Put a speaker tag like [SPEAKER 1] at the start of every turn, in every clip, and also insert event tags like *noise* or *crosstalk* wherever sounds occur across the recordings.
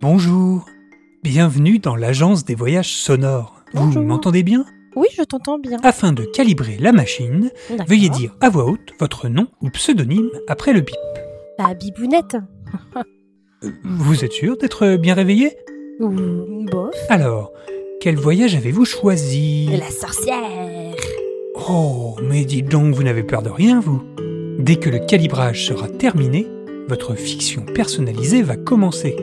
[SPEAKER 1] Bonjour, bienvenue dans l'agence des voyages sonores. Vous
[SPEAKER 2] Bonjour.
[SPEAKER 1] m'entendez bien
[SPEAKER 2] Oui, je t'entends bien.
[SPEAKER 1] Afin de calibrer la machine,
[SPEAKER 2] D'accord.
[SPEAKER 1] veuillez dire à voix haute votre nom ou pseudonyme après le bip.
[SPEAKER 2] Bah, bibounette.
[SPEAKER 1] Euh, Vous êtes sûr d'être bien réveillé
[SPEAKER 2] Ou bof.
[SPEAKER 1] Alors, quel voyage avez-vous choisi
[SPEAKER 2] La sorcière.
[SPEAKER 1] Oh, mais dites donc, vous n'avez peur de rien, vous Dès que le calibrage sera terminé, votre fiction personnalisée va commencer.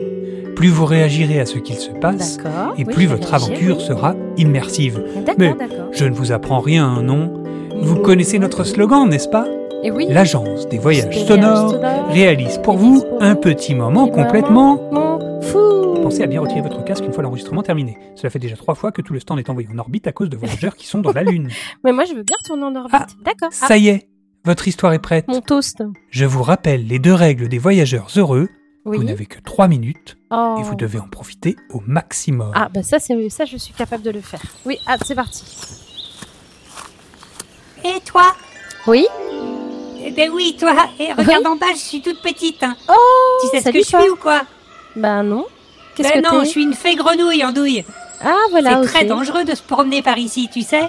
[SPEAKER 1] Plus vous réagirez à ce qu'il se passe,
[SPEAKER 2] D'accord.
[SPEAKER 1] et
[SPEAKER 2] Oui,
[SPEAKER 1] plus
[SPEAKER 2] je
[SPEAKER 1] votre
[SPEAKER 2] réagis,
[SPEAKER 1] aventure sera immersive.
[SPEAKER 2] oui. D'accord,
[SPEAKER 1] Mais-
[SPEAKER 2] d'accord.
[SPEAKER 1] Je ne vous apprends rien, hein, non Vous connaissez notre slogan, n'est-ce pas
[SPEAKER 2] Et oui.
[SPEAKER 1] L'agence des voyages
[SPEAKER 2] Des
[SPEAKER 1] sonores
[SPEAKER 2] sonores.
[SPEAKER 1] réalise pour vous un petit moment complètement...
[SPEAKER 2] Mon fou.
[SPEAKER 1] Pensez à bien retirer votre casque une fois l'enregistrement terminé. Cela fait déjà trois fois que tout le stand est envoyé en orbite à cause de voyageurs qui sont dans la Lune.
[SPEAKER 2] Mais moi, je veux bien retourner en orbite.
[SPEAKER 1] Ah,
[SPEAKER 2] d'accord. *laughs* Ah,
[SPEAKER 1] Ça y est, votre histoire est prête.
[SPEAKER 2] mon toast.
[SPEAKER 1] Je vous rappelle les deux règles des voyageurs heureux.
[SPEAKER 2] Oui.
[SPEAKER 1] Vous n'avez que 3 minutes
[SPEAKER 2] Oh.
[SPEAKER 1] et vous devez en profiter au maximum.
[SPEAKER 2] Ah, bah ça, c'est ça, je suis capable de le faire. Oui, ah, c'est parti.
[SPEAKER 3] Et toi
[SPEAKER 2] Oui.
[SPEAKER 3] Eh ben oui, toi. Et regarde en bas, je suis toute petite. hein. tu sais ce
[SPEAKER 2] salut,
[SPEAKER 3] que je
[SPEAKER 2] toi.
[SPEAKER 3] suis ou quoi
[SPEAKER 2] Bah non. Oh, Qu'est-ce
[SPEAKER 3] Ben
[SPEAKER 2] que
[SPEAKER 3] non,
[SPEAKER 2] t'es
[SPEAKER 3] je suis une fée grenouille en douille.
[SPEAKER 2] Ah, voilà.
[SPEAKER 3] C'est très
[SPEAKER 2] ok.
[SPEAKER 3] dangereux de se promener par ici, tu sais.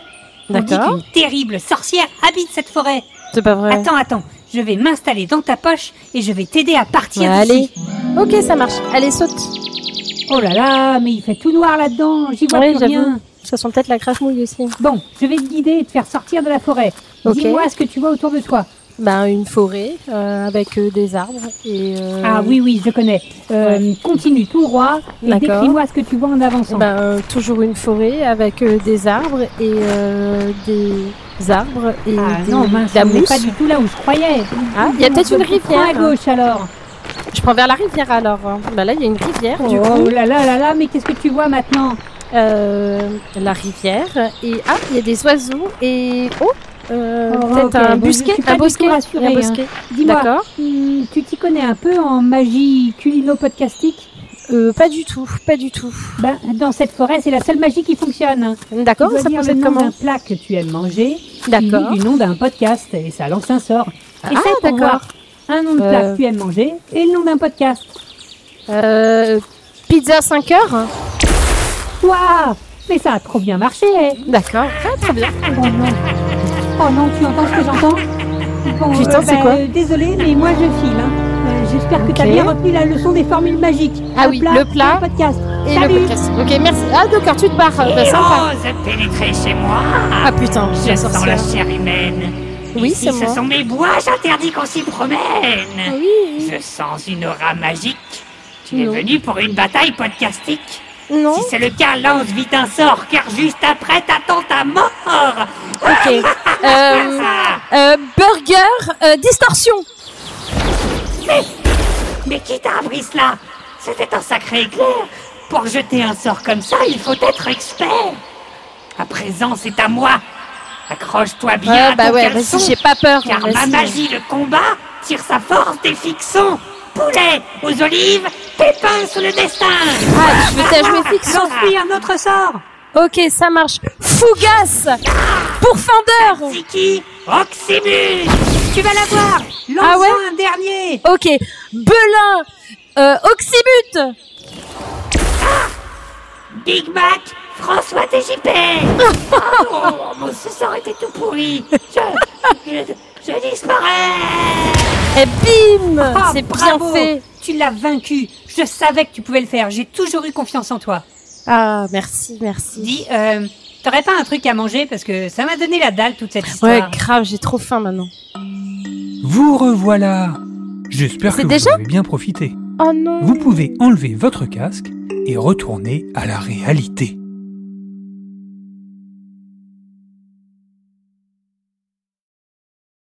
[SPEAKER 3] On dit
[SPEAKER 2] D'accord.
[SPEAKER 3] qu'une terrible sorcière habite cette forêt.
[SPEAKER 2] C'est pas vrai.
[SPEAKER 3] Attends, attends. Je vais m'installer dans ta poche et je vais t'aider à partir
[SPEAKER 2] Ouais, allez.
[SPEAKER 3] d'ici.
[SPEAKER 2] Ok, ça marche. Allez, saute.
[SPEAKER 3] Oh là là, mais il fait tout noir là-dedans. J'y vois
[SPEAKER 2] Ouais,
[SPEAKER 3] plus
[SPEAKER 2] j'avoue.
[SPEAKER 3] rien.
[SPEAKER 2] Ça sent peut-être la crache mouille aussi.
[SPEAKER 3] Bon, je vais te guider et te faire sortir de la forêt.
[SPEAKER 2] Ok.
[SPEAKER 3] Dis-moi ce que tu vois autour de toi.
[SPEAKER 2] Ben, une forêt euh, avec euh, des arbres et euh,
[SPEAKER 3] Ah oui, oui, je connais. Euh, Continue tout droit et
[SPEAKER 2] D'accord.
[SPEAKER 3] décris-moi ce que tu vois en avançant.
[SPEAKER 2] ben, euh, toujours une forêt avec euh, des arbres et euh, des arbres et
[SPEAKER 3] Ah
[SPEAKER 2] des-
[SPEAKER 3] non, mince,
[SPEAKER 2] de la
[SPEAKER 3] on n'est
[SPEAKER 2] mousse.
[SPEAKER 3] pas du tout là où je croyais.
[SPEAKER 2] Ah, il y a peut-être une
[SPEAKER 3] Prends à
[SPEAKER 2] rivière.
[SPEAKER 3] gauche alors.
[SPEAKER 2] Je prends vers la rivière alors. hein. Ben là, il y a une rivière du
[SPEAKER 3] oh
[SPEAKER 2] coup.
[SPEAKER 3] là là là là, mais qu'est-ce que tu vois maintenant
[SPEAKER 2] Euh, la rivière et ah, il y a des oiseaux et oh, euh,
[SPEAKER 3] Oh,
[SPEAKER 2] peut-être
[SPEAKER 3] ok,
[SPEAKER 2] un
[SPEAKER 3] bon, je
[SPEAKER 2] busquet,
[SPEAKER 3] suis pas
[SPEAKER 2] un
[SPEAKER 3] du tout
[SPEAKER 2] bosquet,
[SPEAKER 3] rassurée,
[SPEAKER 2] un
[SPEAKER 3] hein.
[SPEAKER 2] bosquet.
[SPEAKER 3] Dis-moi,
[SPEAKER 2] D'accord.
[SPEAKER 3] hmm, tu t'y connais un peu en magie culino-podcastique
[SPEAKER 2] Euh, pas du tout, pas du tout.
[SPEAKER 3] ben, Dans cette forêt, c'est la seule magie qui fonctionne. hein. Tu
[SPEAKER 2] D'accord.
[SPEAKER 3] dois
[SPEAKER 2] Ça
[SPEAKER 3] dire
[SPEAKER 2] procède
[SPEAKER 3] le nom
[SPEAKER 2] comment
[SPEAKER 3] d'un plat que tu aimes manger,
[SPEAKER 2] D'accord.
[SPEAKER 3] tu dis du nom d'un podcast et ça lance un sort.
[SPEAKER 2] Ah,
[SPEAKER 3] Essaie pour
[SPEAKER 2] d'accord.
[SPEAKER 3] voir. Un nom de plat
[SPEAKER 2] Euh.
[SPEAKER 3] que tu aimes manger et le nom d'un podcast.
[SPEAKER 2] Euh, pizza 5 heures.
[SPEAKER 3] Waouh Mais ça a trop bien marché hein.
[SPEAKER 2] D'accord. Ah, très bien.
[SPEAKER 3] Oh non. Oh non, tu entends ce que j'entends Bon, euh, bah,
[SPEAKER 2] Putain, c'est quoi
[SPEAKER 3] Désolé, mais moi je file. hein. Euh, J'espère que
[SPEAKER 2] Ok.
[SPEAKER 3] t'as bien retenu la leçon des formules magiques.
[SPEAKER 2] Ah oui, le plat.
[SPEAKER 3] un podcast.
[SPEAKER 2] Et
[SPEAKER 3] Salut.
[SPEAKER 2] le podcast. Ok, merci. Ah, d'accord, tu te barres. Euh, bah, sympa.
[SPEAKER 4] pénétrer chez moi
[SPEAKER 2] Ah putain,
[SPEAKER 4] oh. Je
[SPEAKER 2] la
[SPEAKER 4] sens la
[SPEAKER 2] sorcière.
[SPEAKER 4] chair humaine.
[SPEAKER 2] Oui,
[SPEAKER 4] Ici,
[SPEAKER 2] c'est
[SPEAKER 4] ce
[SPEAKER 2] moi.
[SPEAKER 4] sont mes bois, j'interdis qu'on s'y promène.
[SPEAKER 2] Oui.
[SPEAKER 4] Je sens une aura magique. Tu
[SPEAKER 2] Non.
[SPEAKER 4] es venu pour une bataille podcastique
[SPEAKER 2] Non.
[SPEAKER 4] Si c'est le cas, lance vite un sort, car juste après, t'attends ta mort
[SPEAKER 2] Ok.
[SPEAKER 4] *laughs*
[SPEAKER 2] Euh,
[SPEAKER 4] Ah,
[SPEAKER 2] euh, burger euh, distorsion.
[SPEAKER 4] Mais qui t'a appris cela C'était un sacré éclair Pour jeter un sort comme ça, il faut être expert À présent, c'est à moi Accroche-toi bien
[SPEAKER 2] Ouais,
[SPEAKER 4] à
[SPEAKER 2] bah
[SPEAKER 4] ton
[SPEAKER 2] ouais,
[SPEAKER 4] caleçon.
[SPEAKER 2] vas-y, j'ai pas peur. hein,
[SPEAKER 4] Car
[SPEAKER 2] vas-y.
[SPEAKER 4] ma magie, le combat, tire sa force des fictions. Poulet aux olives, pépins sous le destin. Ah.
[SPEAKER 2] Ah, tu veux t'ajouter
[SPEAKER 4] *laughs*
[SPEAKER 2] fiction.
[SPEAKER 3] Lance-lui un autre sort
[SPEAKER 2] Ok, ça marche. Fougasse. Pourfendeur.
[SPEAKER 4] Ziki, Oxymus.
[SPEAKER 3] Tu vas l'avoir Lance
[SPEAKER 2] Ah ouais
[SPEAKER 3] un dernier
[SPEAKER 2] Ok. Belin. Euh, Oxymute.
[SPEAKER 4] Big Mac, François
[SPEAKER 2] *laughs*
[SPEAKER 4] TJP. oh, mon ce sort était tout pourri. Je, je, je disparais.
[SPEAKER 2] Et bim.
[SPEAKER 4] Oh,
[SPEAKER 3] Ah,
[SPEAKER 2] Ah, c'est bien
[SPEAKER 3] bravo.
[SPEAKER 2] fait.
[SPEAKER 3] Tu l'as vaincu Je savais que tu pouvais le faire, j'ai toujours eu confiance en toi.
[SPEAKER 2] Ah, merci, merci.
[SPEAKER 3] Dis, euh, t'aurais pas un truc à manger parce que ça m'a donné la dalle toute cette
[SPEAKER 2] Ouais,
[SPEAKER 3] histoire.
[SPEAKER 2] grave, j'ai trop faim maintenant.
[SPEAKER 1] Vous revoilà J'espère
[SPEAKER 2] C'est
[SPEAKER 1] que vous
[SPEAKER 2] déjà
[SPEAKER 1] avez bien profité.
[SPEAKER 2] Oh non.
[SPEAKER 1] Vous pouvez enlever votre casque et retourner à la réalité.